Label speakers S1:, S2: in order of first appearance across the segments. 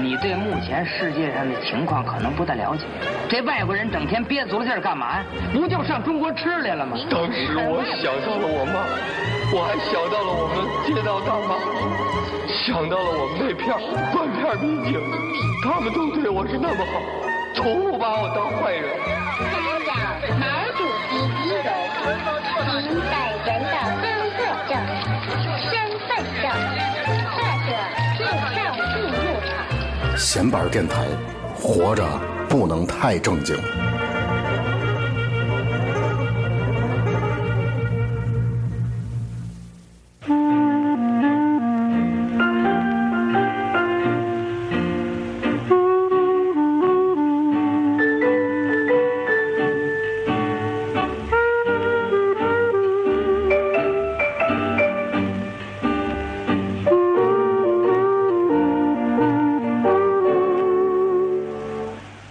S1: 你对目前世界上的情况可能不太了解。这外国人整天憋足了劲儿干嘛呀？不就上中国吃来了吗？
S2: 当时我想到了我妈，我还想到了我们街道大妈，想到了我们那片儿断片儿民警，他们都对我是那么好，从不把我当坏人。
S3: 家长、毛主席遗容，您本人的工作证、身份证，或者护照记录。
S4: 闲板电台，活着不能太正经。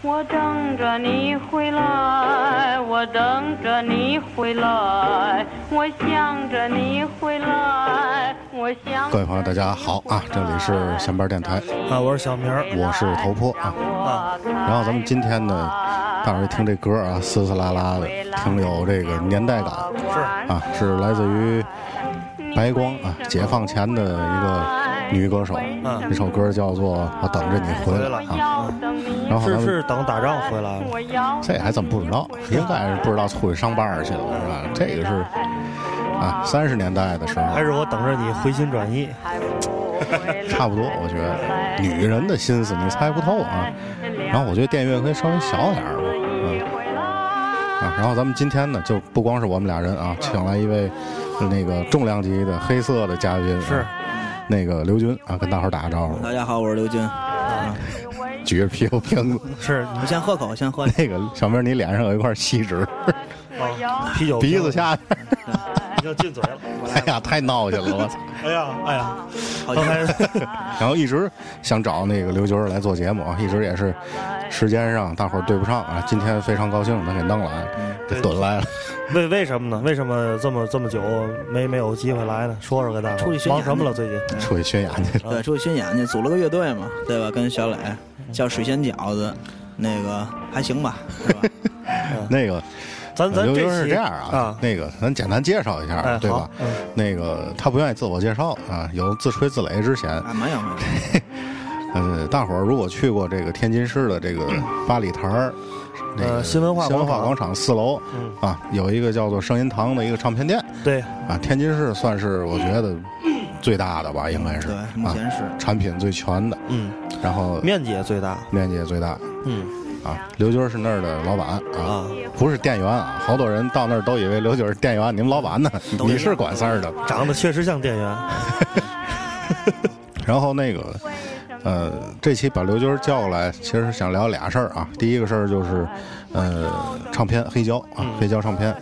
S5: 我等着你回来，我等着你回来，我想着你回来，我想。
S4: 各位朋友，大家好啊！这里是闲班电台，
S6: 啊，我是小明儿，
S4: 我是头坡啊。
S6: 啊
S4: 然后咱们今天呢，大伙儿一听这歌啊，撕撕拉拉的，挺有这个年代感
S6: 是
S4: 啊，是来自于白光啊，解放前的一个女歌手，
S6: 嗯
S4: 这首歌叫做《我等着你回来》啊。
S5: 要等你
S4: 然后咱们
S6: 是是等打仗回来了，
S5: 我要
S4: 这还怎么不知道？应该是不知道出去上班儿去了是吧？这个是啊，三十年代的时候，啊
S6: 还是我等着你回心转意？
S4: 差不多，我觉得女人的心思你猜不透
S5: 哎
S4: 啊。然后我觉得电乐可以稍微小点儿吧，嗯啊。然后咱们今天呢，就不光是我们俩人啊，请来一位那个重量级的黑色的嘉宾啊，
S6: 是
S4: 那个刘军啊，跟大伙儿打个招呼，
S7: 大家好，我是刘军。
S4: 啊举着啤酒瓶子。
S6: 是，你
S7: 你先喝 口，先喝。
S4: 那个小明，你脸上有一块锡纸，
S6: 啊，啤酒
S4: 鼻子下边儿，
S6: 已经进嘴 了。
S4: 哎呀，太闹心了，我操！
S6: 哎呀，哎呀，
S7: 好
S6: 刚才
S4: 然后一直想找那个刘军儿来做节目啊，一直也是时间上大伙儿对不上啊。今天非常高兴能给弄来，
S6: 嗯
S4: 给怼来了。
S6: 为为什么呢？为什么这么这么久没没有机会来呢？说说给大伙
S7: 出去
S6: 儿，
S7: 巡
S6: 忙
S7: 演
S6: 什么了最近？
S4: 出去巡演去了。
S7: 对，出去巡演去，组了个乐队嘛，对吧？跟小磊叫水仙饺子，那个还行吧，是吧？
S4: 那个，
S6: 嗯咱咱
S4: 刘
S6: 这
S4: 军
S6: 期
S4: 是这样啊，那个咱简单介绍一下，
S6: 哎
S4: 对吧
S6: 好嗯？
S4: 那个他不愿意自我介绍啊，有自吹自擂之嫌。
S7: 啊，没有没 有，
S4: 呃，大伙儿如果去过这个天津市的这个八里台儿，那个
S6: 呃新文化
S4: 新文
S6: 广
S4: 化
S6: 场
S4: 广场四楼
S6: 嗯
S4: 啊，有一个叫做声音堂的一个唱片店
S6: 对，
S4: 啊，天津市算是我觉得最大的吧，应该是
S7: 对，目
S4: 啊，
S7: 前是。
S4: 产品最全的，
S6: 嗯，
S4: 然后
S6: 面积也最大，
S4: 面积也最大
S6: 嗯
S4: 啊。刘军是那儿的老板啊
S6: 啊，
S4: 不是店员啊，好多人到那儿都以为刘军是店员，你们老板呢？
S7: 一样
S4: 你是管事儿的。
S6: 长得确实像店员，
S4: 然后那个，
S6: 啊
S4: 呃，这期把刘军叫过来，其实想聊俩事儿啊。第一个事儿就是，呃，唱片黑胶啊，
S6: 嗯
S4: 黑胶唱片。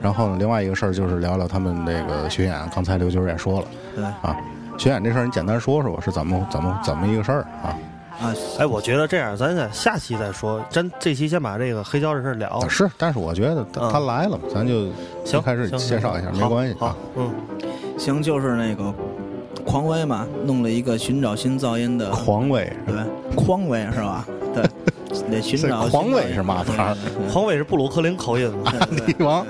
S4: 然后呢，另外一个事儿就是聊聊他们那个巡演。刚才刘军也说了，
S7: 对
S4: 啊，巡演这事儿你简单说说吧，是怎么怎么怎么一个事儿啊？
S7: 啊，
S6: 哎，我觉得这样，咱咱下期再说，咱这期先把这个黑胶这事儿聊
S4: 啊，是，但是我觉得他
S6: 嗯
S4: 他来了，咱就
S6: 行
S4: 一，开始
S6: 行
S4: 介绍一下，
S6: 行
S4: 没
S6: 好
S4: 关系啊
S6: 好。，嗯，
S7: 行，就是那个匡威嘛，弄了一个寻找新噪音的，
S4: 狂威，
S7: 对，匡威是吧？对，得寻
S4: 这
S7: 找新
S4: 匡威
S7: 噪音
S4: 是嘛牌儿
S7: 对对对
S6: 黄伟是布鲁克林口音 嘛，
S4: 帝王，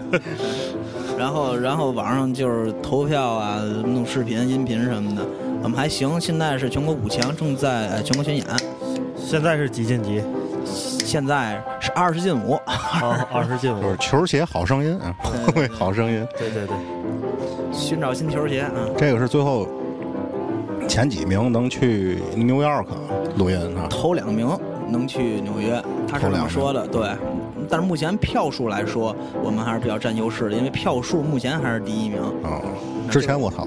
S7: 然后，然后网上就是投票啊，弄视频、音频什么的。我们还行，现在是全国五强正在、呃全国巡演，
S6: 现在是几进几？
S7: 现在是二十进五。
S6: 啊，二十进
S4: 就
S6: 五
S4: 是，球鞋好声音，啊，
S7: 对
S4: 匡威好声音，
S6: 对对对，
S7: 寻找新球鞋啊，
S4: 这个是最后前几名能去 New York 录音啊，
S7: 头两名能去纽约，他是这么说的。对，但是目前票数来说，我们还是比较占优势的，因为票数目前还是第一名。
S4: 啊，之前我操，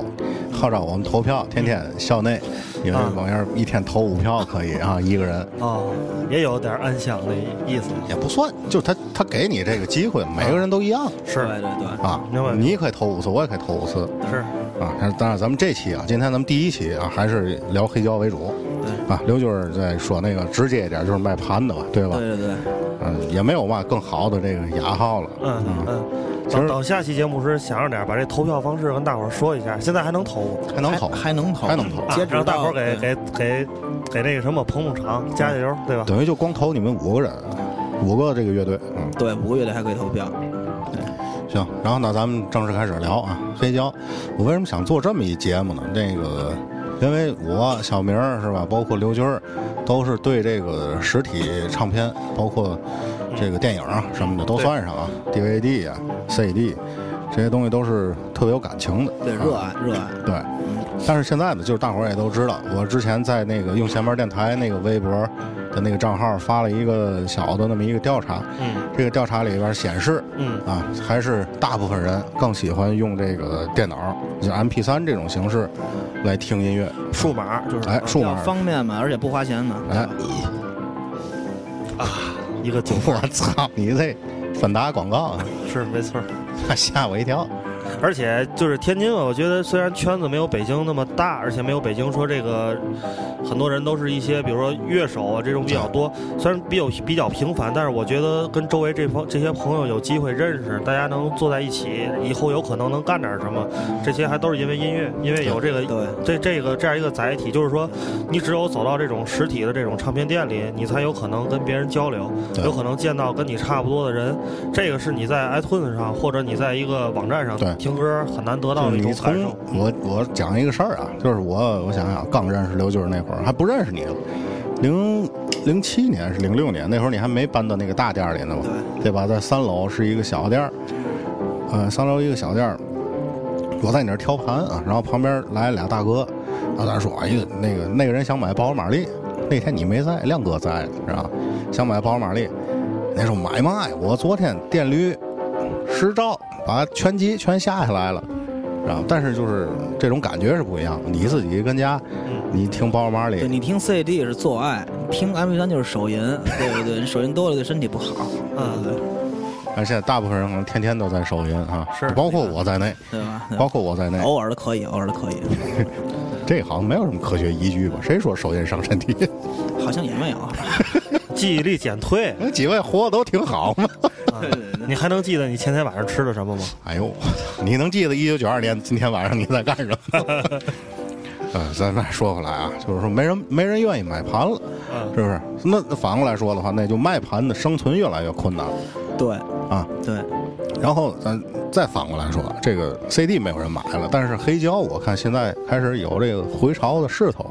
S4: 号召我们投票，天天校内，因为
S6: 啊
S4: 往样一天投五票可以啊，一个人
S6: 哦，也有点暗香的意思，
S4: 也不算，就他他给你这个机会，每个人都一样
S6: 是
S7: 对对对，
S4: 啊
S6: 明白，
S4: 你也可以投五次，我也可以投五次，
S6: 是，
S4: 啊，但是当然，咱们这期啊，今天咱们第一期啊，还是聊黑胶为主。
S7: 对
S4: 啊，刘军儿在说那个直接一点，就是卖盘的吧，对吧？
S7: 对对对。
S4: 嗯，也没有嘛更好的这个雅号了。
S6: 嗯嗯，
S4: 其实
S6: 等下期节目时想着点儿，把这投票方式跟大伙儿说一下。现在还能投，
S4: 还能投，
S7: 还能投，
S4: 还能投
S6: 啊
S7: 截止
S6: 让大
S7: 到
S6: 伙儿给
S7: 对
S6: 给给给那个什么捧捧场，加加油，对吧？
S4: 等于就光投你们五个人，五个这个乐队，嗯，
S7: 对五个月里还可以投票。
S4: 行，然后呢，咱们正式开始聊啊，黑胶。我为什么想做这么一节目呢？那个，因为我小明儿是吧，包括刘军儿，都是对这个实体唱片，包括这个电影啊什么的都算上啊，DVD 啊、CD 这些东西都是特别有感情的，
S7: 对，
S4: 啊
S7: 热爱热爱，
S4: 对，但是现在呢，就是大伙儿也都知道，我之前在那个用前面电台那个微博的那个账号发了一个小的那么一个调查，
S6: 嗯
S4: 这个调查里边显示，
S6: 嗯
S4: 啊，还是大部分人更喜欢用这个电脑，就 MP 3这种形式来听音乐，
S6: 数码就是
S4: 哎，
S7: 比
S4: 数
S7: 较
S4: 码，
S7: 方便嘛，而且不花钱嘛。
S4: 哎，
S6: 一个 九
S4: 我操，你这反打广告 啊，
S6: 是没错儿。
S4: 吓我一跳，
S6: 而且就是天津，我觉得虽然圈子没有北京那么大，而且没有北京说这个很多人都是一些比如说乐手啊这种比较多，虽然比较比较平凡，但是我觉得跟周围这方这些朋友有机会认识，大家能坐在一起，以后有可能能干点什么，这些还都是因为音乐，因为有这个
S7: 对
S6: 这这个这样一个载体，就是说你只有走到这种实体的这种唱片店里，你才有可能跟别人交流，
S4: 对
S6: 有可能见到跟你差不多的人，这个是你在 iTunes 上或者你在一个网站上
S4: 对
S6: 听歌很难得到
S4: 就
S6: 的
S4: 是
S6: 一
S4: 你
S6: 种
S4: 从
S6: 感受。
S4: 我我讲一个事儿啊，就是我我想想，刚认识刘军儿那会儿还不认识你，零零七年是零六年那会儿你还没搬到那个大店儿里呢吧？对吧？在三楼是一个小店儿，呃，三楼一个小店儿，我在你那儿挑盘啊，然后旁边来俩大哥，然后在那说，哎呀，那个那个人想买宝马玛丽，那天你没在，亮哥在，知道吧？想买宝马玛丽，那时候买嘛呀，我昨天电驴十兆把全机全下下来了。然后，但是就是这种感觉是不一样的。你自己跟家，你听宝马玛
S7: 对
S4: 丽，
S7: 你听 CD 是做爱，听 MP 3就是手淫，对不对？你手淫多了对身体不好，对不对？
S4: 而现在大部分人可能天天都在手淫啊，
S6: 是
S4: 包括我在内，
S7: 对 吧？对吧
S4: 包括我在内，
S7: 偶尔的可以，偶尔的可以，
S4: 这好像没有什么科学依据吧？谁说手淫伤身体？
S7: 好像也没有。
S6: 记忆力减退，
S4: 那 几位活的都挺好嘛。
S6: 你还能记得你前天晚上吃的什么吗？
S4: 哎呦，我操！你能记得一九九二年今天晚上你在干什么？呃，咱再说回来啊，就是说没人没人愿意买盘了，
S6: 嗯
S4: 是不是？那反过来说的话，那就卖盘的生存越来越困难了
S7: 对
S4: 啊。
S7: 对，
S4: 然后咱再反过来说，这个 CD 没有人买了，但是黑胶我看现在开始有这个回潮的势头。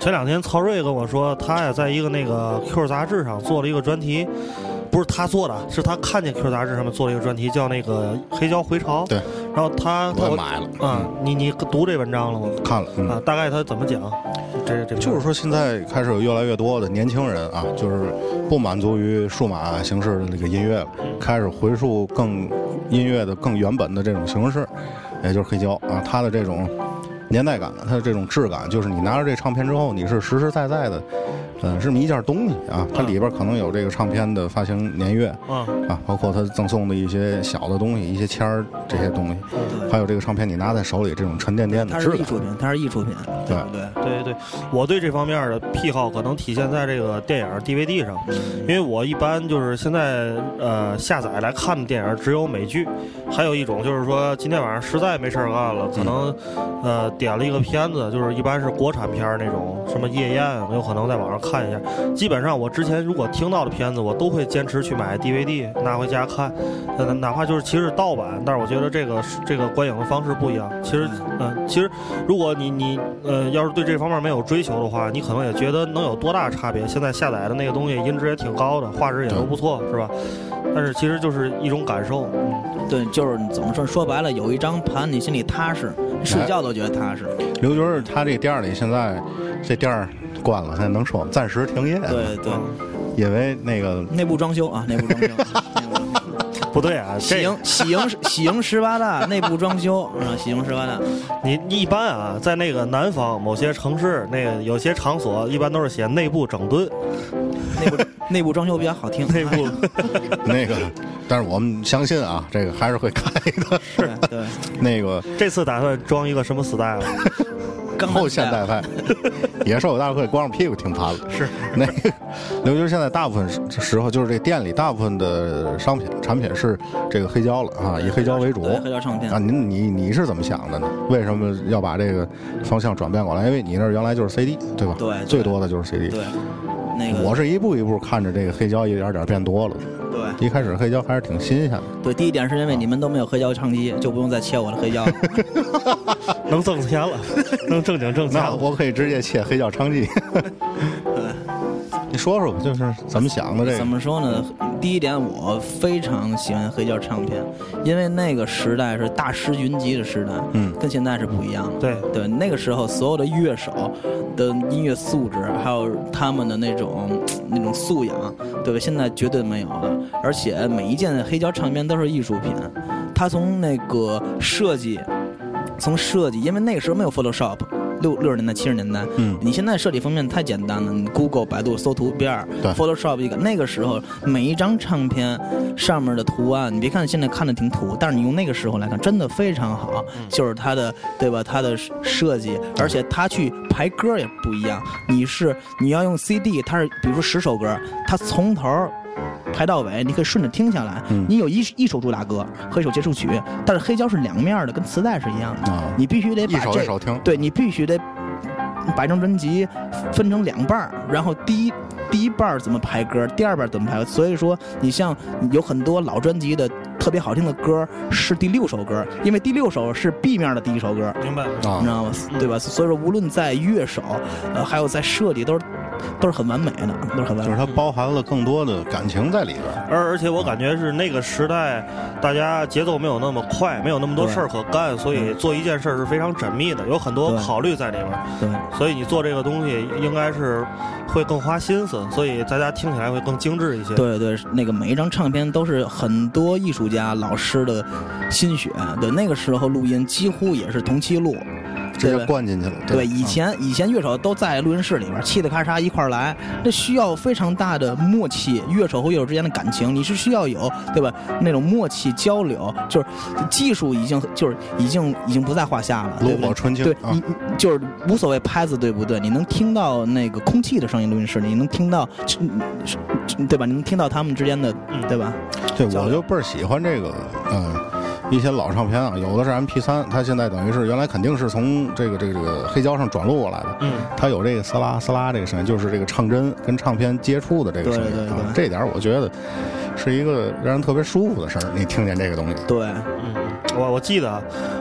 S6: 前两天曹睿跟我说，他呀在一个那个 Q 杂志上做了一个专题，不是他做的，是他看见 Q 杂志上面做了一个专题，叫那个黑胶回潮。
S4: 对，
S6: 然后他
S4: 我也买了，
S6: 啊，你你读这文章了吗？
S4: 看了，嗯、
S6: 啊，大概他怎么讲？这这
S4: 就是说，现在开始有越来越多的年轻人啊，就是不满足于数码形式的这个音乐了，开始回溯更音乐的更原本的这种形式，也就是黑胶啊，它的这种年代感，它的这种质感，就是你拿着这唱片之后，你是实实在在的，呃，是这么一件东西啊，它里边可能有这个唱片的发行年月
S6: 啊，
S4: 啊，包括它赠送的一些小的东西，一些签儿这些东西，还有这个唱片你拿在手里这种沉甸甸的
S7: 它
S4: 质
S7: 是艺
S4: 感，
S7: 术品，它是艺术品，对不对？
S6: 对对，我对这方面的癖好可能体现在这个电影 DVD 上，因为我一般就是现在呃下载来看的电影只有美剧，还有一种就是说今天晚上实在没事儿干了，可能、呃点了一个片子，就是一般是国产片儿那种，什么夜宴，我有可能在网上看一下。基本上我之前如果听到的片子，我都会坚持去买 DVD 拿回家看，呃，哪怕就是其实是盗版，但是我觉得这个是这个观影的方式不一样。其实，嗯、其实如果你你呃要是对这方面没有追求的话，你可能也觉得能有多大差别？现在下载的那个东西音质也挺高的，画质也都不错，是吧？但是其实就是一种感受，嗯，
S7: 对，就是你怎么说？说白了，有一张盘，你心里踏实，睡觉都觉得踏实。
S4: 刘军儿他这店儿里现在这店儿关了，现在能说暂时停业，
S7: 对对，
S4: 因为那 个
S7: 内部装修啊，内部装修。内部装修
S6: 不对啊，
S7: 喜
S6: 这
S7: 迎喜迎喜迎十八大，内部装修啊，喜迎十八大。
S6: 你一般啊，在那个南方某些城市，那个有些场所一般都是写内部整顿，
S7: 内部内部装修比较好听。啊
S6: 内部
S4: 那个，但是我们相信啊，这个还是会开的。
S7: 对对，
S4: 那个
S6: 这次打算装一个什么 style？
S7: 刚
S4: 后现代派，野兽大会光着屁股挺盘了。
S6: 是
S4: 那个刘军现在大部分时时候就是这店里大部分的商品产品是这个黑胶了啊，以黑胶为主。
S7: 对黑胶唱片
S4: 啊，您你你是怎么想的呢？为什么要把这个方向转变过来？因为你那儿原来就是 CD 对吧？
S7: 对对
S4: 最多的就是 CD。
S7: 对，那个
S4: 我是一步一步看着这个黑胶一点点变多了。
S7: 对
S4: 一开始黑胶还是挺新鲜的，
S7: 对，第一点是因为你们都没有黑胶唱机，就不用再切我的黑胶了。
S6: 能挣钱了，能正经挣钱
S4: 那
S6: 了。
S4: 我可以直接切黑胶唱 机。你说说吧，就是怎么想的这个
S7: 怎？么说呢？第一点，我非常喜欢黑胶唱片，因为那个时代是大师云集的时代，
S4: 嗯
S7: 跟现在是不一样的。
S6: 对
S7: 对，那个时候所有的乐手的音乐素质，还有他们的那种那种素养，对吧？现在绝对没有了。而且每一件黑胶唱片都是艺术品，它从那个设计，从设计，因为那个时候没有 Photoshop。六六十年代、七十年代，
S4: 嗯
S7: 你现在设计封面太简单了，你 Google、百度搜图片
S4: 对
S7: Photoshop 一个。那个时候，每一张唱片上面的图案，你别看现在看着挺土，但是你用那个时候来看，真的非常好。
S4: 嗯
S7: 就是它的，对吧？它的设计，而且它去排歌也不一样。你是你要用 CD，它是比如说十首歌，它从头儿排到尾，你可以顺着听下来。
S4: 嗯
S7: 你有一一首主打歌和一首结束曲，但是黑胶是两面儿的，跟磁带是一样的。
S4: 啊
S7: 你必须得
S4: 一
S7: 把
S4: 首
S7: 这
S4: 一首听。
S7: 对你必须得把一张专辑分成两半儿，然后第一第一半儿怎么排歌，第二半儿怎么排歌。所以说，你像有很多老专辑的特别好听的歌是第六首歌，因为第六首是 B 面的第一首歌，
S6: 明白。
S4: 啊
S7: 你知，道吗？对吧？所以说，无论在乐手，呃，还有在设计，都是都是很完美的，都是很完
S4: 就是
S7: 美
S4: 它
S7: 的。
S4: 包含了更多的感情在里边儿。
S6: 而而且我感觉是那个时代，大家节奏没有那么快，没有那么多事儿可干，所以做一件事儿是非常缜密的，有很多
S7: 嗯对
S6: 考虑在里边儿。
S7: 对
S6: 所以你做这个东西应该是会更花心思，所以大家听起来会更精致一些。
S7: 对对，那个每一张唱片都是很多艺术家老师的心血。对，那个时候录音几乎也是同期录，
S4: 直
S7: 对
S4: 接
S7: 吧
S4: 灌进去了。
S7: 对，
S4: 吧
S7: 以前以前乐手都在录音室里边，嘁哩咔嚓一块儿来，那需要非常大的默契，乐手和乐手之间的感情，你是需要有对吧？那种默契交流，就是技术已经就是已经已经不在话下了，
S4: 炉
S7: 对不对
S4: 火纯青
S7: 对
S4: 啊
S7: 你你就是无所谓拍子对不对？你能听到那个空气的声音，录音室里你能听到，对吧？你能听到他们之间的
S6: 嗯
S7: 对吧？
S4: 对，
S7: 交
S4: 我
S7: 流
S4: 就倍儿喜欢这个，嗯，一些老唱片啊，有的是 MP 三，它现在等于是原来肯定是从这个这个这个黑胶上转录过来的，
S6: 嗯，
S4: 它有这个撕拉撕拉这个声音，就是这个唱针跟唱片接触的这个声音
S7: 对对对
S4: 啊，这点儿我觉得是一个让人特别舒服的事儿，你听见这个东西，
S7: 对，
S6: 嗯，我我记得啊，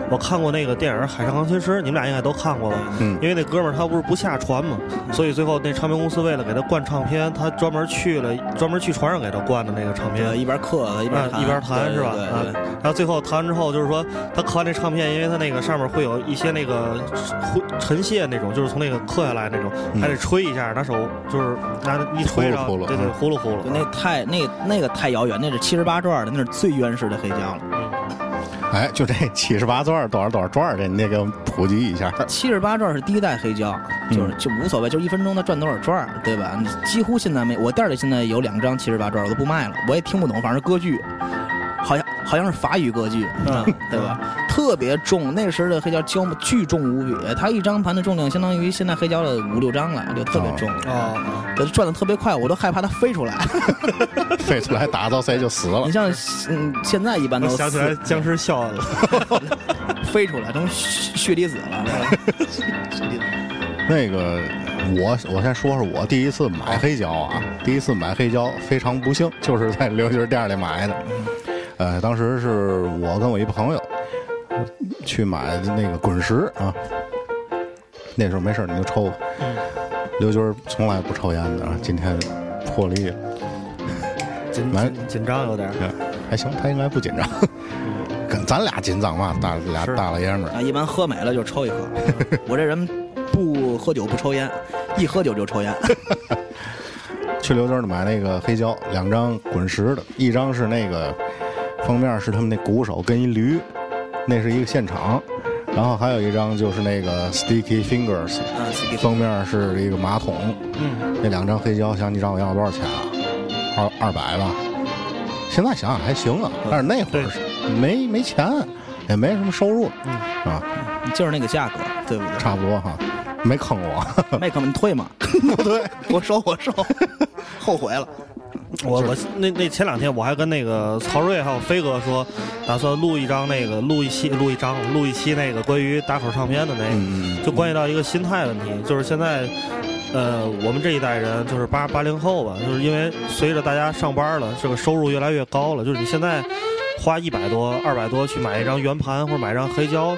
S6: 我看过那个电影《海上钢琴师》，你们俩应该都看过吧？
S4: 嗯
S6: 因为那哥们儿他不是不下船嘛，所以最后那唱片公司为了给他灌唱片，他专门去了，专门去船上给他灌的那个唱片。
S7: 对，一边嗑一边
S6: 嗯，一边弹
S7: 对
S6: 是吧？
S7: 对
S6: 啊
S7: 对对，
S6: 然后最后弹完之后，就是说他刻完这唱片，因为他那个上面会有一些那个灰尘屑那种，就是从那个刻下来那种，
S4: 嗯
S6: 还得吹一下，拿手就是拿一
S4: 呼噜
S6: 吹，然后
S4: 呼噜
S6: 对对，
S4: 嗯
S6: 呼噜呼噜。
S7: 那太那那个太遥远，那是七十八转的，那是最原始的黑胶了。
S4: 哎，就这七十八转多少多少转儿这，你得给我们普及一下。
S7: 七十八转是第一代黑胶，
S6: 嗯
S7: 就是就无所谓，就是一分钟它转多少转儿，对吧？你几乎现在没，我店里现在有两张七十八转，我都不卖了，我也听不懂，反正是歌剧，好像好像是法语歌剧，
S6: 嗯
S7: 啊，对吧？特别重，那时候的黑胶胶巨重无比，它一张盘的重量相当于现在黑胶的五六张了，就特别重，
S6: 哦，
S7: 对，转的特别快，我都害怕它飞出来。
S4: 飞出来打到谁就死了
S7: 你。像嗯现在一般
S6: 哦我
S7: 都
S6: 想起来僵尸笑了。
S7: 飞出来成血血离子了。 血离子
S4: 那个，我我先说说我第一次买黑胶啊，第一次买黑胶非常不幸，就是在刘军店里买的。呃，当时是我跟我一朋友去买的那个滚石啊，那时候没事儿你就抽吧。刘军从来不抽烟的啊，今天破例了。
S6: 紧
S4: 来
S6: 紧紧张有点儿。
S4: 还行，他应该不紧张， 跟咱俩紧张嘛，大俩
S6: 是
S4: 大老爷们儿。
S7: 啊，一般喝美了就抽一颗。我这人不喝酒不抽烟，一喝酒就抽烟。啊
S4: 去刘娟儿那买那个黑胶，两张滚石的，一张是那个封面是他们那鼓手跟一驴，那是一个现场，然后还有一张就是那个 Sticky Fingers，
S7: 啊，自己
S4: 封面是一个马桶。
S6: 嗯，
S4: 那两张黑胶箱，你知道我要多少钱啊？二二百吧。现在想想还行啊，但是那会儿是没没钱，也没什么收入，啊，
S7: 就是那个价格，对不对？
S4: 差不多哈。没坑我，
S7: 麦克们退吗？
S4: 不对，
S7: 我收我收，后悔了。
S6: 我我那那前两天我还跟那个曹睿还有飞哥说，打算录一张那个录一期录一张录一期那个关于打口唱片的那个，
S4: 嗯嗯
S6: 就关系到一个心态问题，就是现在，呃，我们这一代人就是八八零后吧，就是因为随着大家上班了，这个收入越来越高了，就是你现在花一百多、二百多去买一张圆盘或者买一张黑胶，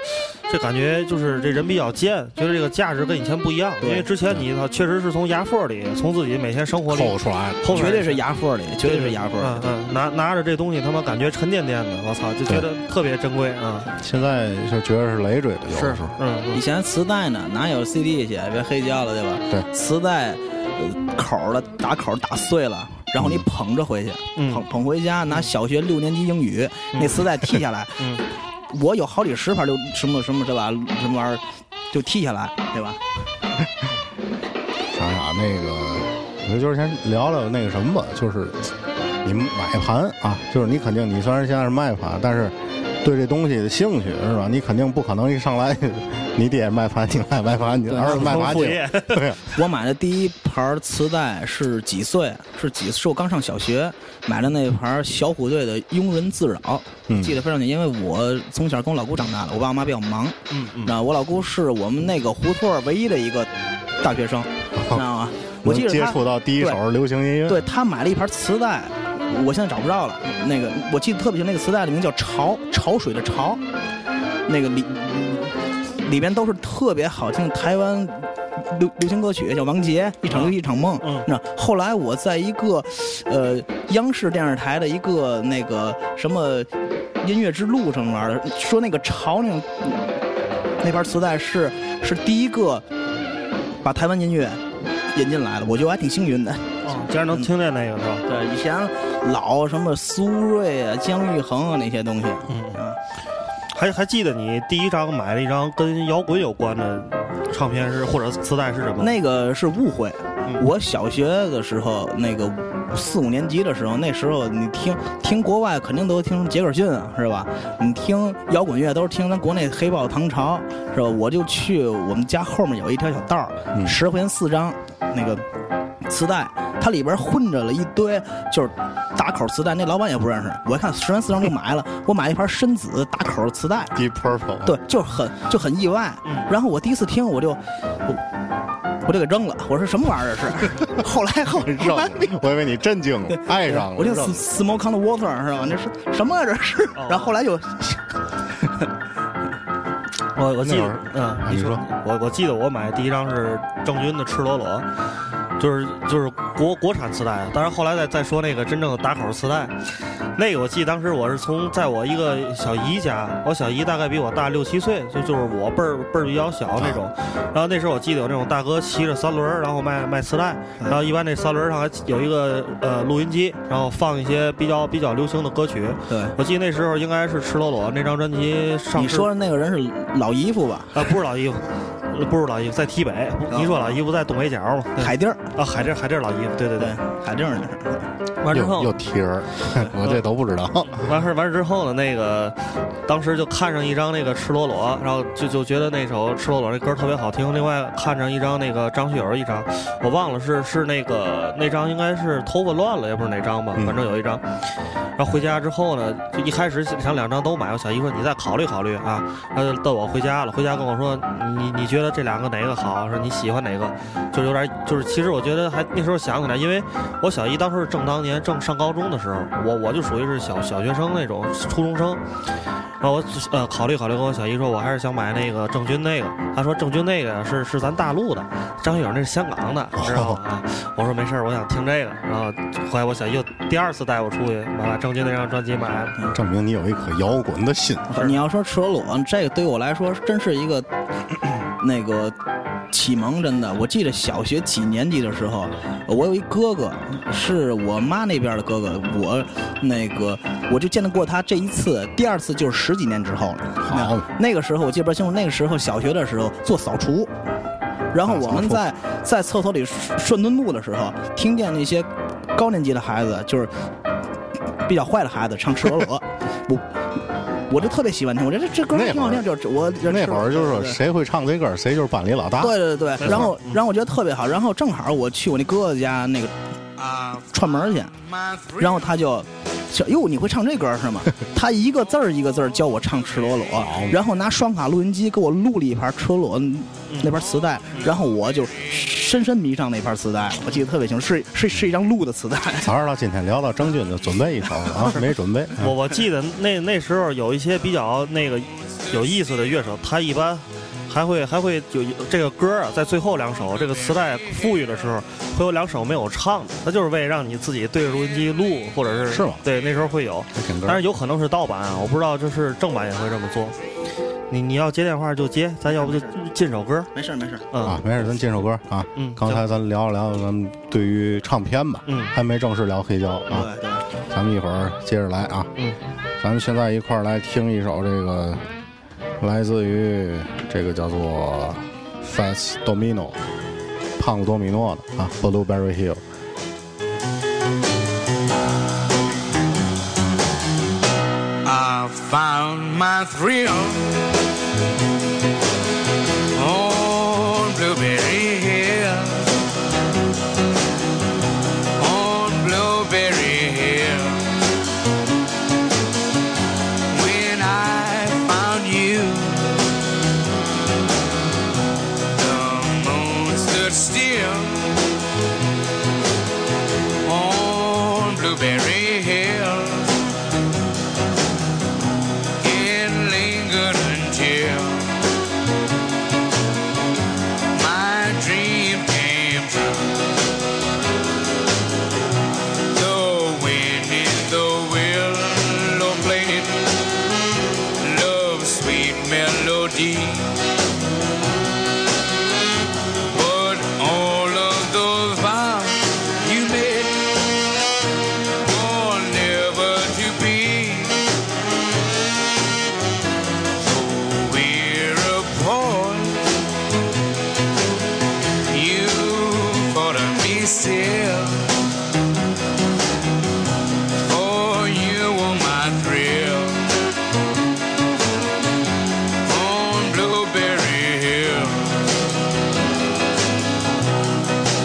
S6: 这感觉就是这人比较贱，觉得这个价值跟以前不一样，因为之前你确实是从牙缝里，从自己每天生活 里
S4: 扣出来了。
S6: 后面
S7: 绝对是牙缝里，绝对是牙缝
S6: 嗯
S7: 里。
S6: 嗯，拿拿着这东西，他妈感觉沉甸甸的，我操，就觉得特别珍贵啊！
S4: 现在就觉得是累赘了，有的时候。
S6: 嗯
S7: 以
S6: 嗯，
S7: 前磁带呢，哪有 CD 去？别黑胶了，对吧？
S4: 对，
S7: 磁带呃口儿了，打口儿打碎了，然后你捧着回去，
S6: 嗯
S7: 捧捧回家，拿小学六年级英语那磁带剔下来，
S6: 嗯，
S7: 我有好几十盘六什么什么这玩意儿什么玩意儿，就剔下来，对吧？
S4: 想想那个，我就是先聊聊那个什么吧，就是你买盘啊，就是你肯定你虽然现在是卖盘，但是对这东西的兴趣是吧？你肯定不可能一上来你爹卖盘，你卖卖盘，你
S7: 对
S4: 儿子卖盘
S6: 副
S4: 去
S6: 业
S4: 了，对，
S7: 我买的第一盘磁带是几岁？是几？是我刚上小学买的那盘小虎队的《庸人自扰》，
S4: 嗯
S7: 记得非常清，因为我从小跟我老姑长大的，我爸我妈比较忙，
S6: 嗯嗯
S7: 那我老姑是我们那个胡同儿唯一的一个大学生，知道吗？我记
S4: 哦能
S7: 得
S4: 接
S7: 她
S4: 触到第一手流行音乐，
S7: 对他买了一盘磁带，我现在找不着了。那个我记得特别清，那个磁带的名叫《潮》，潮水的潮，那个里里边都是特别好听的台湾流流行歌曲，像王杰《一场游戏一场梦》
S6: 嗯
S7: 那后来我在一个呃央视电视台的一个那个什么音乐之路上面儿说那个潮那种那盘磁带是是第一个把台湾音乐引进来的，我觉得我还挺幸运的。
S6: 嗯，竟然能听见那个是吧？
S7: 对，以前老什么苏芮啊、姜育恒啊那些东西，
S6: 嗯，
S7: 啊，
S6: 还还记得你第一张买了一张跟摇滚有关的唱片是或者磁带是什么？
S7: 那个是误会。
S6: 嗯
S7: 我小学的时候，那个四五年级的时候，那时候你听听国外肯定都听杰克逊啊，是吧？你听摇滚乐都是听咱国内黑豹、唐朝，是吧？我就去我们家后面有一条小道儿，
S4: 嗯
S7: 十块钱四张，那个。磁带，它里边混着了一堆，就是打口磁带，那老板也不认识。我一看十元四张就买了，我买一盘深紫打口磁带，
S4: d e e p Purple，
S7: 对，就是很就很意外。然后我第一次听，我就我我就给扔了，我说什么玩意儿 这是？后来后后
S4: 上
S7: 来
S4: 我以为你震惊了，爱上了，
S7: 我就 smoke on the water 是吧？那是什么啊这是？
S6: 哦
S7: 然后后来就
S6: 我我记
S4: 那会
S6: 得
S4: 儿，
S6: 嗯
S4: 啊，
S6: 你
S4: 你
S6: 说
S4: 说，
S6: 我我记得我买的第一张是郑钧的《赤裸裸》，就是就是国国产磁带，啊当然后来再再说那个真正的打口磁带，那个我记得当时我是从在我一个小姨家，我小姨大概比我大六七岁，就就是我辈儿辈儿比较小那
S4: 啊
S6: 种，然后那时候我记得有那种大哥骑着三轮儿，然后卖卖磁带，
S4: 嗯
S6: 然后一般那三轮儿上还有一个呃录音机，然后放一些比较比较流行的歌曲，
S7: 对。
S6: 我记得那时候应该是《赤裸裸》那张专辑上市，
S7: 你说的那个人是老姨夫吧？
S6: 啊，不是老姨夫，呃不是老姨夫，在西北。你说老姨夫在东北角嘛？对
S7: 海地儿，
S6: 啊，海淀海淀老姨夫，对对
S7: 对
S6: 对。，
S7: 海地儿那是。
S6: 完之
S4: 又又
S6: 后，
S4: 提人 儿，我这都不知道，
S6: 完事儿完之后呢，那个当时就看上一张那个《赤裸裸》，然后就就觉得那首《赤裸裸》那歌儿特别好听。另外看上一张那个张学友一张，我忘了是是那个那张应该是头发乱了，也不是哪张吧，
S4: 嗯
S6: 反正有一张。然后回家之后呢，就一开始想两张都买，我小姨说你再考虑考虑啊，他就逗我回家了，回家跟我说你你觉得这两个哪个好？说你喜欢哪个？就有点就是，其实我觉得还那时候想起来，因为我小姨当时是正当年正上高中的时候，我我就属于是小小学生那种初中生。然后我呃考虑考虑，跟我小姨说，我还是想买那个郑钧那个。她说郑钧那个呀是是咱大陆的，张学友那是香港的，知道吗？啊我说没事儿，我想听这个。然后后来我小姨又第二次带我出去，把郑钧那张专辑买了。
S4: 证明你有一颗摇滚的心。
S7: 你要说赤裸裸，这个对我来说真是一个 那个启蒙，真的。我记得小学几年级的时候，我有一哥哥，是我妈那边的哥哥，我那个我就见得过他这一次，第二次就是十几年之后了。
S4: 好
S7: 那那个时候我记不清楚，那个时候小学的时候做扫除。然后我们在在厕所里顺墩布的时候，听见那些 高年级的孩子，就是比较坏的孩子唱《赤裸裸》，我我就特别喜欢听，我觉得这这歌
S4: 那会儿
S7: 挺好听，就是我
S4: 那会儿就是说
S7: 对
S4: 谁啊会唱这歌，谁就是班里老大。
S7: 对对对
S6: 错
S7: 对，然后
S4: 嗯
S7: 然后我觉得特别好，然后正好我去我那哥哥家那个串门去，然后他就。就哟，你会唱这歌是 吗？他一个字儿一个字儿教我唱《赤裸裸》，然后拿双卡录音机给我录了一盘《赤裸》
S4: 嗯
S7: 那盘磁带，然后我就深深迷上那盘磁带了。我记得特别清楚，是是是一张录的磁带。
S4: 早知道今天聊到郑钧，就准备一首了啊，没准备。
S6: 我我记得那那时候有一些比较那个有意思的乐手，他一般还会还会有这个歌啊，在最后两首这个磁带富裕的时候，会有两首没有唱的，他就是为让你自己对着录音机录，或者是
S4: 是吗嗯
S6: 对，那时候会有，
S4: 还挺歌
S6: 但是有可能是盗版啊，我不知道这是正版也会这么做。你你要接电话就接，咱要不就进首歌，
S7: 没事儿没事儿，
S6: 嗯、
S4: 啊，没事，咱进首歌啊。
S6: 嗯，
S4: 刚才咱聊了聊咱们对于唱片吧，
S6: 嗯
S4: 还没正式聊黑胶
S7: 对
S4: 啊，
S7: 对。
S4: 咱们一会儿接着来啊。
S6: 嗯，
S4: 咱们现在一块儿来听一首这个，来自于这个叫做 Fast Domino，胖子多米诺的啊，Blueberry Hill。
S8: I found my thrill on Blueberry Hill. On Blueberry Hill. When I found you, the moon stood still on Blueberry Hill it lingered until my dream came true. The wind in the willow played love's sweet melody. But all of those vows you made were never to be. We're upon you for me still. For Oh, you were my thrill on Blueberry Hill.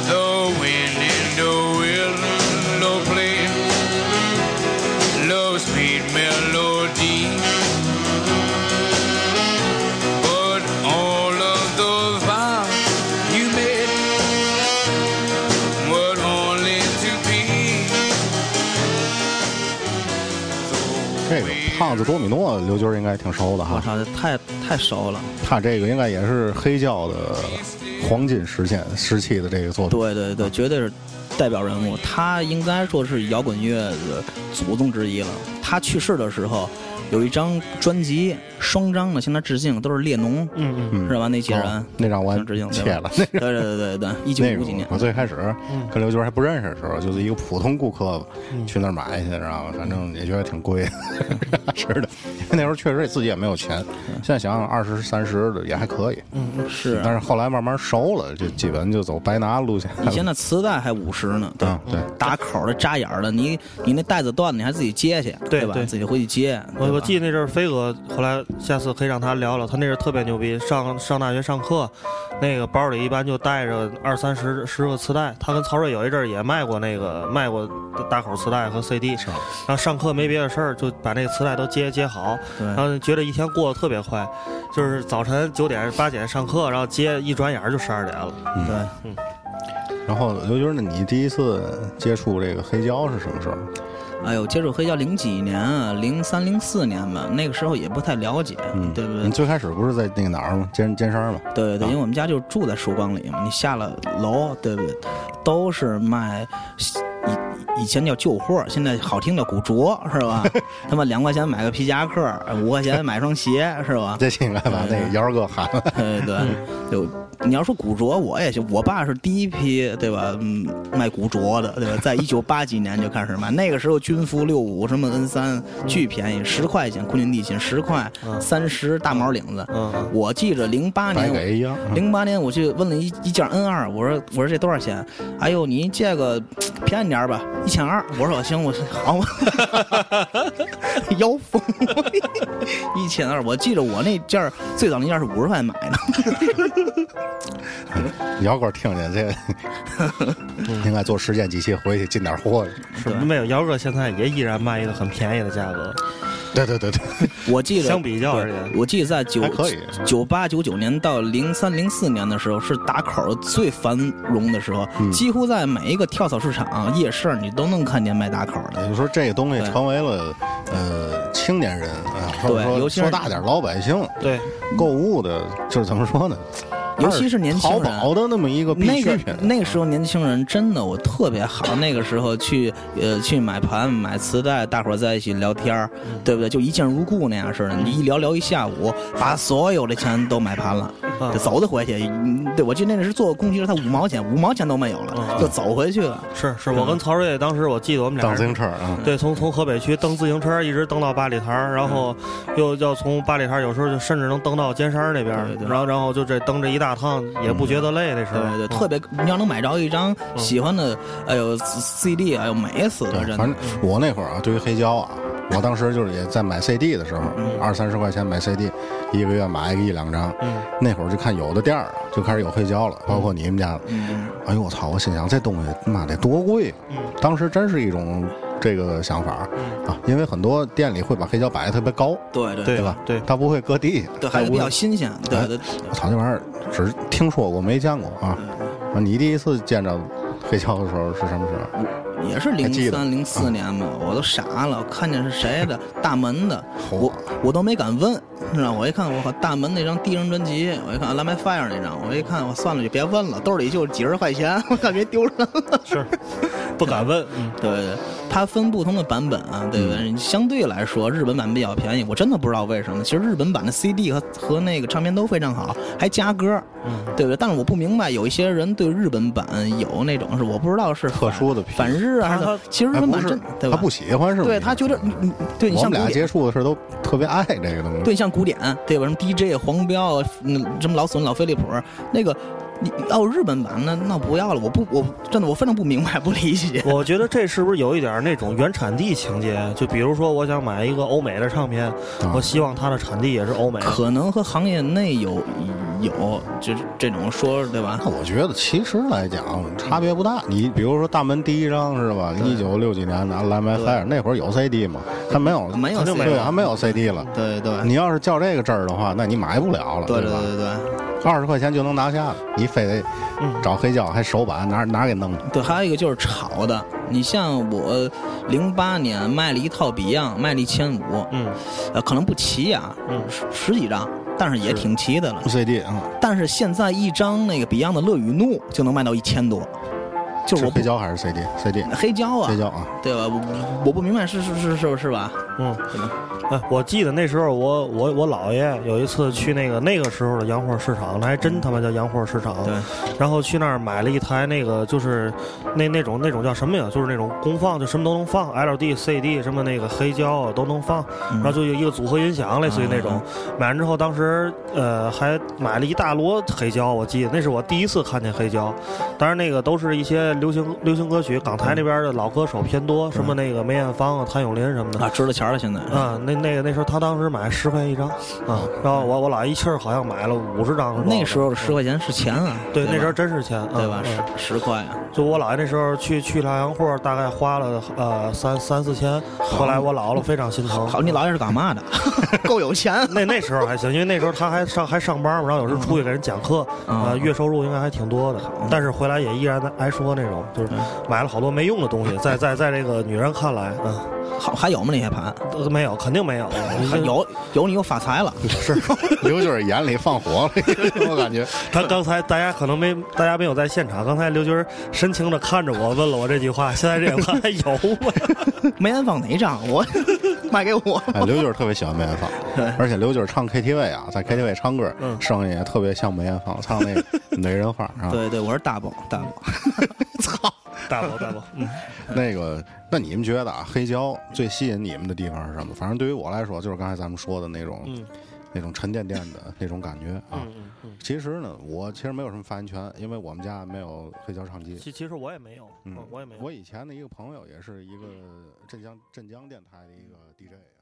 S8: The wind in the willow played love's sweet melody. But all of those vows you made were only to be.
S4: 这个胖子多米诺，刘军应该挺熟的
S7: 我
S4: 哈，
S7: 操，这太太熟了。
S4: 他这个应该也是黑胶的黄金时现时期的这个作品。
S7: 对对对，绝对是代表人物。他应该说是摇滚乐的祖宗之一了。他去世的时候，有一张专辑双张的，向他致敬，都是列侬，
S6: 嗯嗯
S4: 嗯
S7: 是吧？那些人
S4: 哦，那让我
S7: 像致敬对吧
S4: 切了，那
S7: 对对对对对，一九
S4: 那
S7: 五几年
S4: 个，我最开始跟刘军还不认识的时候，就是一个普通顾客
S6: 嗯
S4: 去那儿买去，然后反正也觉得挺贵的，是的，因为那时候确实自己也没有钱。
S7: 嗯
S4: 现在想想二十三十的也还可以，
S7: 是
S4: 但。是后来慢慢熟了，就基本就走白拿路线了。
S7: 嗯以前的磁带还五十呢，对
S4: 啊，
S6: 嗯
S4: 对，
S7: 打口的、扎眼儿的，你你那带子断了，你还自己接去，
S6: 对
S7: 吧？
S6: 对
S7: 自己回去接。
S6: 我我记
S7: 得
S6: 得那阵儿飞哥，后来下次可以让他聊聊，他那阵儿特别牛逼，上上大学上课，那个包里一般就带着二三十十个磁带，他跟曹睿有一阵儿也卖过那个卖过大口磁带和 CD，然后上课没别的事儿就把那个磁带都接接好，
S7: 对
S6: 然后觉得一天过得特别快，就是早晨九点八点上课，然后接一转眼儿就十二点了。
S4: 嗯
S7: 对，
S4: 然后刘军，那你第一次接触这个黑胶是什么时候？
S7: 哎呦，接触黑胶零几年啊，零三零四年吧，那个时候也不太了解，
S4: 嗯，
S7: 对不对
S4: 你？最开始不是在那个哪儿吗？尖尖山吗？
S7: 对对对，
S4: 啊
S7: 因为我们家就住在曙光里嘛，你下了楼，对不对？都是卖以以前叫旧货，现在好听叫古着，是 吧？他妈两块钱买个皮夹克，五块钱买双鞋，是吧？嗯
S6: 嗯
S4: 这期应该把那个姚二哥喊了。
S7: 对对，就你要说古着，我也行。我爸是第一批，对吧？嗯，卖古着的，对吧？在一九八几年就开始卖，那个时候军服六五什么 N 三巨便宜，十块钱空军地勤，十块
S6: 嗯
S7: 三十大毛领子。
S6: 嗯嗯
S7: 我记着零八
S4: 白
S7: 年
S4: 给一样。嗯
S7: 零八年我去问了一一件 N 二，我说我说这多少钱？哎呦，您借个便宜点儿吧，一千二。我说行，我说好， 腰封一千二。我记得我那件儿最早那件儿是五十块买的，
S4: 姚哥听见 这，应该做实践机器回去进点货去。
S6: 是没有姚哥现在也依然卖一个很便宜的价格，
S4: 对对对对，
S7: 我记得
S6: 相比较而言
S7: 对我记得在九
S4: 还可以
S7: 九八九九年到零三零四年的时候是打口最繁荣的时候，
S4: 嗯
S7: 几乎在每一个跳蚤市场、夜市儿你都能看见卖打口的。
S4: 也就是说这个东西成为了呃青年人，啊或者
S7: 对
S4: 说
S7: 尤其是嗯
S4: 说大点儿老百姓
S6: 对，
S4: 购物的，就是怎么说呢？
S7: 尤其是年轻
S4: 淘
S7: 人
S4: 宝的那么一个必
S7: 那
S4: 需
S7: 个
S4: 品。啊
S7: 那个时候年轻人真的我特别好，那个时候去呃去买盘买磁带，大伙儿在一起聊天儿
S4: 嗯
S7: 对不对？就一见如故那样似的，你一聊聊一下午，把所有的钱都买盘了，
S4: 嗯
S6: 啊
S7: 就走的回去。嗯对我记得那是坐公汽车，才五毛钱，五毛钱都没有了，
S6: 嗯
S7: 就走回去了。
S6: 是是我跟曹睿当时我记得我们俩
S4: 当自
S6: 人
S4: 行车
S7: 嗯
S4: 啊，
S6: 对，从从河北区蹬自行车一直蹬到八里台儿，然后又要从八里台儿，有时候就甚至能蹬到尖山儿那边儿
S7: 嗯对，对
S6: 然后然后就这蹬这一大趟也不觉得累，那时候
S7: 对对，
S6: 嗯
S7: 特别你要能买着一张喜欢的，哎呦 CD，哎呦美死了，
S4: 嗯对，
S7: 真
S4: 反
S7: 的嗯
S4: 正。我那会儿啊，对于黑胶啊，我当时就是也在买 CD 的时候，
S7: 嗯
S4: 二三十块钱买 CD，一个月买个一两张。
S7: 嗯
S4: 那会儿就看有的店儿啊就开始有黑胶了，包括你们家的。
S7: 嗯
S4: 哎呦我操！我心想这东西他妈得多贵啊！当时真是一种这个想法啊，因为很多店里会把黑胶摆得特别高，
S7: 对嗯对
S6: 对
S4: 对吧？哎
S6: 对
S4: 它不会搁地。
S7: 对，还是
S4: 它
S7: 比
S4: 不会
S7: 较新鲜。对对，
S4: 我操，那玩意儿只是听说过没见过啊！
S7: 嗯
S4: 啊，你第一次见着黑胶的时候是什么时候？
S7: 也是
S4: 还
S7: 零
S4: 记得嗯
S7: 三零四年吧，我都傻了，我看见是谁的，大门的，
S4: 嚯
S7: 我我都没敢问，是吧？我一看，我靠，大门那张第一张专辑，我一看《Light My Fire》那张，我一看，我算了，就别问了，兜里就几十块钱，我感觉丢人了。
S6: 是不敢问，嗯，
S7: 对对，对它分不同的版本啊，对不对？
S4: 嗯
S7: 相对来说，日本版比较便宜，我真的不知道为什么。其实日本版的 CD 和和那个唱片都非常好，还加歌，
S4: 嗯
S7: 对不对？但是我不明白，有一些人对日本版有那种是我不知道是
S4: 特殊的癖
S7: 反日
S6: 他
S7: 啊还是
S6: 他
S7: 其实日
S4: 哎，
S7: 本
S4: 不
S7: 版
S4: 是
S7: 真，对
S4: 他
S7: 吧？
S4: 不喜欢是吗？
S7: 对他觉得，你你对你
S4: 我
S7: 像
S4: 们
S7: 古
S4: 俩
S7: 典，
S4: 接触的时候都特别爱这个东西。
S7: 对像古典，对吧？什么 DJ 黄标啊，嗯，什么老笋、老飞利浦，那个你哦，日本版那那不要了，我不，我真的我非常不明白，不理解。
S6: 我觉得这是不是有一点儿那种原产地情节？就比如说，我想买一个欧美的唱片，我希望它的产地也是欧美。
S7: 啊可能和行业内有有就是这种说对吧
S4: 那？我觉得其实来讲差别不大。你比如说大门第一张是吧？一九六几年的《蓝白塞尔》那会儿有 CD 吗？还没有，
S7: 没有
S6: 肯定没有
S4: 对，还没有 CD 了。
S7: 对对对
S4: 你要是较这个真儿的话，那你买不了了，
S7: 对对
S4: 吧？
S7: 对对。嗯
S4: 二十块钱就能拿下，你非得找黑胶还手把哪哪给弄的？
S7: 对，还有一个就是炒的。你像我，零八年卖了一套 Beyond，卖了一千五，
S6: 嗯，
S7: 呃，可能不齐啊，
S6: 嗯
S7: 十十几张，但是也挺齐的了。
S4: CD 啊，
S7: 但是现在一张那个 Beyond 的《乐与怒》就能卖到一千多，就是
S4: 是
S7: 我不
S4: 黑胶还是 CD？CD
S7: 黑胶啊，
S4: 黑胶啊，
S7: 对吧？我我不明白是是是是是吧？
S6: 嗯，哎，我记得那时候我我我姥爷有一次去那个那个时候的洋货市场，那还
S7: 嗯
S6: 真他妈叫洋货市场。
S7: 对，
S6: 然后去那儿买了一台那个就是那那种那种叫什么呀？就是那种功放，就什么都能放，LD、CD 什么那个黑胶啊都能放，
S7: 嗯
S6: 然后就有一个组合音响，类似于那种。买完之后，当时呃还买了一大摞黑胶，我记得那是我第一次看见黑胶。当然那个都是一些流行流行歌曲，港台那边的老歌手偏多，什么那个梅艳芳啊、谭咏麟什么的。
S7: 嗯啊，值了钱了，现在
S6: 啊，那那个那时候他当时买十块钱一张，啊，然后我我姥一气儿好像买了五十张，
S7: 嗯
S6: 嗯
S7: 那时候的十块钱是钱啊，
S6: 对
S7: 吧
S6: 那时候真是钱，啊
S7: 对吧？
S6: 嗯
S7: 十十块啊，
S6: 就我姥爷那时候去去趟洋货，大概花了呃三三四千，后来我姥姥非常心疼。
S7: 好，你姥爷是干嘛的？嗯 够有钱。
S6: 那那时候还行，因为那时候他还上还上班嘛，然后有时候出去给人讲课，
S7: 嗯
S6: 呃，月收入应该还挺多的，但是回来也依然挨说那种，就是买了好多没用的东西，在在在这个女人看来，嗯，
S7: 好，还有吗？那些盘？
S6: 都没有，肯定没有，
S7: 还 有有你又发财了，
S4: 是 刘军儿眼里放火了， 我感觉。
S6: 他 刚才大家可能没，大家没有在现场。刚才刘军儿深情 的看着我，问了我这句话，现在这句话还有吗？
S7: 梅艳芳哪张？我 卖给我。
S4: 哎，刘军特别喜欢梅艳 芳，
S6: 嗯
S4: 而且刘军唱 KTV 啊，在 KTV 唱歌，声音也特别像梅艳芳唱 那个女人花啊。
S7: 对对，我是大宝大宝，操！
S6: 大宝大宝，嗯，
S4: 那个，那你们觉得啊，黑胶最吸引你们的地方是什么？反正对于我来说，就是刚才咱们说的那种，
S6: 嗯
S4: 那种沉甸甸的那种感觉啊。其实呢，我其实没有什么发言权，因为我们家没有黑胶唱机。
S6: 其其实我也没有，
S4: 嗯
S6: 我也没有，
S4: 我以前的一个朋友也是一个镇江镇江电台的一个 DJ 啊。